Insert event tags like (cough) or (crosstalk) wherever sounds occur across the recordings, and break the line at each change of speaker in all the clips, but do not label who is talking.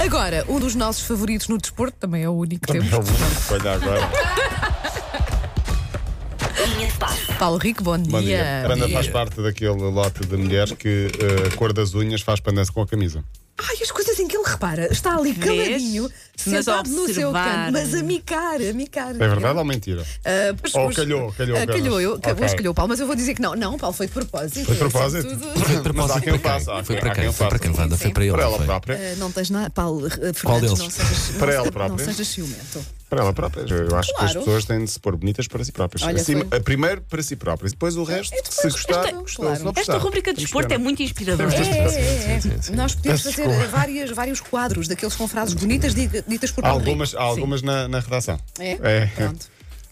Agora, um dos nossos favoritos no desporto, também é o único que
Também
temos.
é o único que olha
(laughs)
agora.
Linha de passe.
Paulo Rico, bom dia.
Bom dia. A Ana faz parte daquele lote de mulheres que eh, a cor das unhas faz pandança com a camisa.
Ai, as coisas em que ele repara. Está ali
Vês?
caladinho,
Mas a
sentado no seu
observar.
canto, mas a micar, a micar.
É verdade ou mentira?
Ah, pois
Ou
hoje-
calhou, calhou,
Ah, calhou,
Carlos.
eu, calhou,
Ok.
calhou, Paulo, mas eu vou dizer que não. Não, Paulo, foi de propósito.
Foi de propósito?
Sobretudo-
Foi de
Mas há
propósito
quem o
para
faça, há
quem? Foi
quem-
para
há
quem?
quem o
Foi para
faça.
quem Wanda? Foi para ele.
Para
não
ela
foi?
própria.
Ah, não tens nada. Paulo, eh, Fernandes,
deles?
não sejas, não
Para ela
se-
própria.
Não sejas ciumento.
Para ela própria. Eu acho que as
Claro.
pessoas têm de se pôr bonitas para si próprias.
Olha,
Acima-
foi.
a primeiro para si próprias. Depois o resto,
depois
se gostar,
esta-
gostou.
claro.
Se não
Esta
gostar,
rubrica de
temos
desporto
pena.
é muito inspiradora.
Temos de
É, é,
sim,
é.
sim, sim.
Nós podemos
Peço
fazer
desculpa.
várias, vários quadros daqueles com frases bonitas diga- ditas por
Há
Paulo
algumas,
Rico.
há algumas na, na redação.
É? Pronto.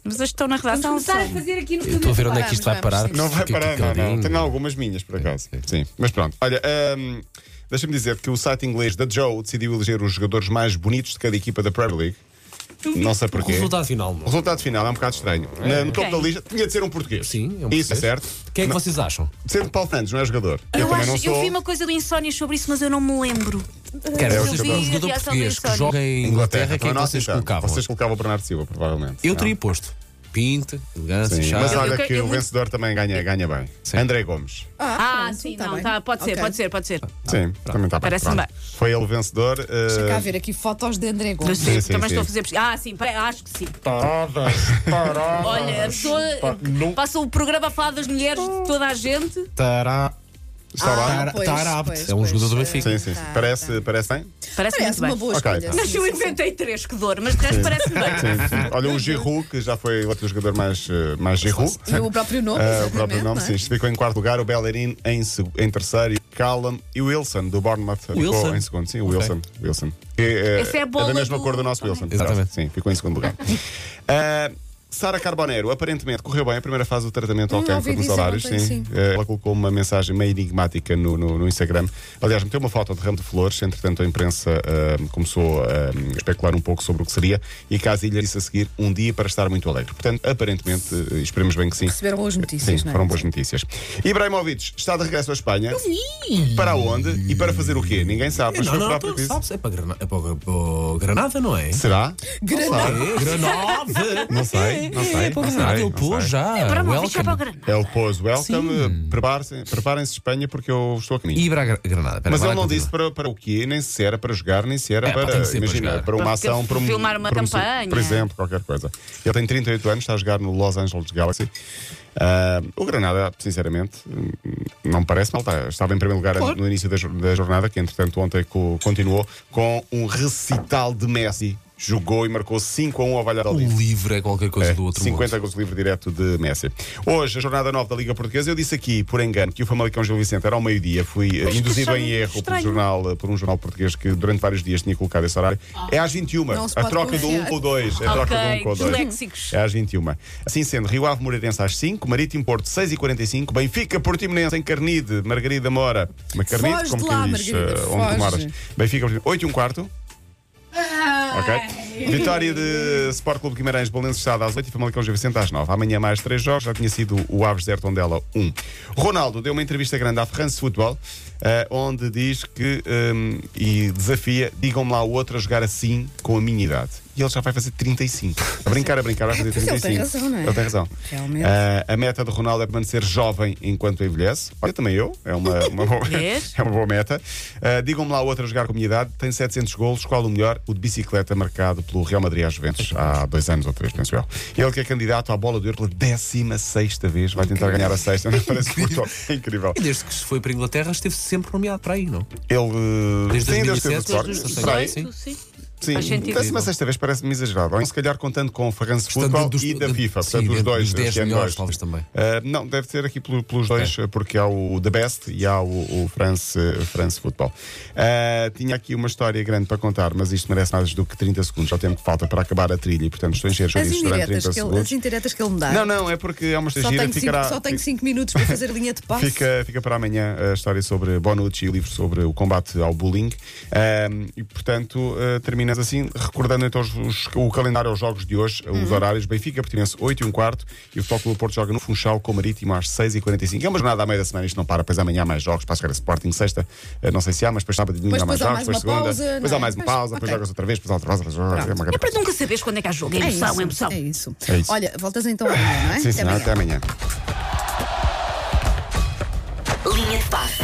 Mas as que estão na redação
Vamos começar a
são.
fazer aqui no
Eu estou a ver onde é que isto vai
Vamos,
parar.
vamos,
Não vai
Fica aqui
parar, não, não.
caladinho.
Tenho algumas minhas, por acaso.
Tipo É,
Sim, mas pronto. Olha, hum, deixa-me dizer que o site inglês da Joe decidiu eleger os jogadores mais bonitos de cada equipa da Premier League. Não sei porquê.
Resultado final,
O
não.
resultado final é um bocado estranho. Na- no topo
Quem?
da lista tinha de ser um português.
Sim, é um
Isso, é
português.
certo.
Quem é que
Não-
vocês acham?
Sendo Paulo Fernandes, não é jogador. Eu, também não
acho,
sou.
eu vi uma coisa do Insónias sobre isso, mas eu não me lembro.
Quero
eu
um
vi a
jogador
reação
português
do
que
Insónios.
joga em Inglaterra. Quem é que
Não, não,
vocês
sim,
colocavam?
Vocês colocavam o Bernardo Silva, provavelmente.
Eu
Não?
teria posto. Pinte, elegância,
Sim, mas
charme.
olha
eu
que
quero-
o
eu-
vencedor também ganha, ganha bem.
Sim.
André Gomes.
Ah,
pronto,
sim,
tá
não,
bem.
tá, pode ser,
Ok.
pode ser, pode ser.
Sim, também está bem.
Parece-me
Pronto.
bem.
Foi ele o vencedor.
Deixa cá
eh,
ver aqui fotos de André
Eu
Gomes.
sei,
Sim, sim,
também
sim.
estou a fazer. pesquisa. Ah, sim, pa- acho que sim. Olha, a pessoa passa o programa a falar das mulheres de toda a gente.
Tará.
está lá?
Tara-
pois,
Tarapte.
pois,
É um jogador do
pois,
Benfica.
Sim, sim, sim. Parece, parece bem?
Parece,
Parece uma
muito bem.
boa
Ok,
escolha.
tá.
(laughs) Mas eu inventei três, que dor, mas de resto parece-me bem.
Sim, sim. Olha, o Giroud, que já foi outro jogador mais, eh, mais Giroud.
E o próprio nome,
Eh, o
exatamente,
próprio nome,
não é?
sim. Ficou em quarto lugar, o Bellerin em, seg- em terceiro, e o Callum e o Wilson, do Bournemouth, ficou
Wilson?
em segundo. Sim, o
Ok.
Wilson. Wilson. Que, eh,
Essa é a
da
bola
mesma
do-
cor do nosso Wilson.
Exatamente.
Sim, ficou em segundo
(laughs)
lugar. Eh, Sara Carbonero, aparentemente, correu bem a primeira fase do tratamento ao
Hum,
cancro
ouvi
dos
dizer
ovários.
ontem, sim.
Eh, Ela colocou uma mensagem meio enigmática no, no- no Instagram. Aliás, meteu uma foto de ramo de flores, entretanto a imprensa eh, começou eh, a especular um pouco sobre o que seria e Casilha disse a seguir um dia para estar muito alegre. Portanto, aparentemente, eh, esperemos bem que sim.
Receberam boas notícias,
Sim,
não é?
foram boas notícias. Ibrahimovic está de regresso à Espanha. Para onde e para fazer o quê? Ninguém sabe, mas
Não,
foi o
não,
próprio
tu
que disse.
sabes. É para Grana- é para o- para o Granada, não é?
Será?
Granada.
É, Granada!
Não sei, não sei.
É para o
não
Granada,
sei,
ele
não
pôs
sei.
já.
Para uma ficha para o
Welcome.
grana.
Ele É pôs welcome, preparem-se, preparem-se Espanha porque eu estou a caminho.
E para a Gra- Granada. Espera,
Mas
vai
ele
lá,
não
continua.
disse para, para o quê, nem se era para jogar, nem se era
É, pá,
para,
tem que ser para
imagina, para,
jogar.
uma
Para
ação,
ter-
para um-
filmar uma
para um-
campanha.
Por exemplo, qualquer coisa. Ele tem 38 anos, está a jogar no Los Angeles Galaxy. Ah, o Granada, sinceramente, hum, não me parece mal. Está- Estava em primeiro lugar no início da, jor- da jornada, que entretanto ontem co- continuou, com um recital de Messi. Jogou e marcou 5 a 1 ao Valladolid.
O livro é qualquer coisa
É,
do outro
50 gols livre direto de Messi. Hoje, a jornada 9 da Liga Portuguesa, eu disse aqui, por engano, que o Famalicão Gil Vicente era ao meio-dia. Fui eh,
Mas que
induzido em
achei
erro por um,
estranho.
jornal, eh, por um jornal português que durante vários dias tinha colocado esse horário. É às 21.
Ah. Não
A
se pode
troca do 1
confiar.
com o 2. A troca do 1
Ok,
com o
que
2.
léxicos.
É às 21. Assim sendo, Rio Ave Moreirense às 5, Marítimo Porto 6 e 45, Benfica Portimonense em Carnide, Margarida Mora. Mas Carnide,
Foge
como
de
quem
lá,
diz,
Margarida,
eh, onde tu
foge.
moras. Benfica Portimonense, 8 e um quarto. Ok. Vitória de Sport Clube Guimarães, Balenço Estado às 8 e Famalicão Gil Vicente às 9. Amanhã mais 3 jogos, já tinha sido o Aves Zero Tondela 1. Ronaldo deu uma entrevista grande à France Football, eh, onde diz que, hum, e desafia, digam-me lá o outro a jogar assim com a minha idade. E ele já vai fazer 35. A brincar, a brincar, vai fazer
pois
35.
ele tem razão, não é?
Ele tem razão.
Realmente.
Eh, a meta de Ronaldo é permanecer jovem enquanto envelhece. Olha, também eu. É uma, uma boa,
Vês?
é uma boa meta. Ah, Digam-me lá outra a jogar com a minha idade. Tem 700 golos. Qual o melhor? O de bicicleta marcado pelo Real Madrid às Juventus há dois anos ou três, penso eu. Ele que é candidato à bola de ouro pela 16 vez. Vai tentar ganhar a sexta. Não parece
(laughs)
muito é incrível.
E desde que se foi para a Inglaterra esteve sempre nomeado para aí, não?
Ele. ah,
Desde
sim,
2007,
desde
desde
que
2007.
Será aí?
Sim.
Sim.
Sim,
Faz sentido.
16 vez parece-me exagerado. Ou, se calhar contando com o France
Portanto,
Football
dos-
e da
de-
FIFA.
sim,
Portanto, os
de-
dois.
dos 10
este ano dois.
melhores, talvez, também.
Ah, não, deve ser aqui pelo- pelos dois, porque há o The Best e há o, o France, France Football. Ah, tinha aqui uma história grande para contar, mas isto merece mais do que 30 segundos. Já o tempo que falta para acabar a trilha e, portanto, estou a encher
As
chouriços durante 30
indiretas, que ele, as
segundos.
indiretas que ele me dá.
Não, não, é porque é uma
só,
estagira
tenho
que
cinco,
ficará.
só tenho
fi-
5 minutos
(laughs)
para fazer linha de passe.
Fica, fica para amanhã a história sobre Bonucci e o livro sobre o combate ao bullying. Ah, e, portanto, ah, terminamos. Portimonense assim, recordando então os- os- o calendário aos jogos de hoje,
Uhum.
os horários, Benfica, Portimonense 8 e 1 quarto e o Futebol Clube do Porto joga no Funchal com o Marítimo às 6 e 45 É uma jornada à meia da semana, isto não para, depois amanhã há mais jogos, para a chegar a Sporting sexta, eh, não sei se há, mas depois sábado e domingo
Mas
há mais
depois há
jogos,
mais uma
depois segunda,
pausa,
depois
não
há
é?
mais uma
Depois-
pausa, depois
ok.
jogas outra vez, depois outra pausa, depois outra vez, é uma
É
grande
para nunca saberes quando é que há jogo. É emoção, é emoção.
É isso.
É isso.
Olha, voltas então amanhã, não é?
Sim, senhora, até amanhã.
Linha de passe.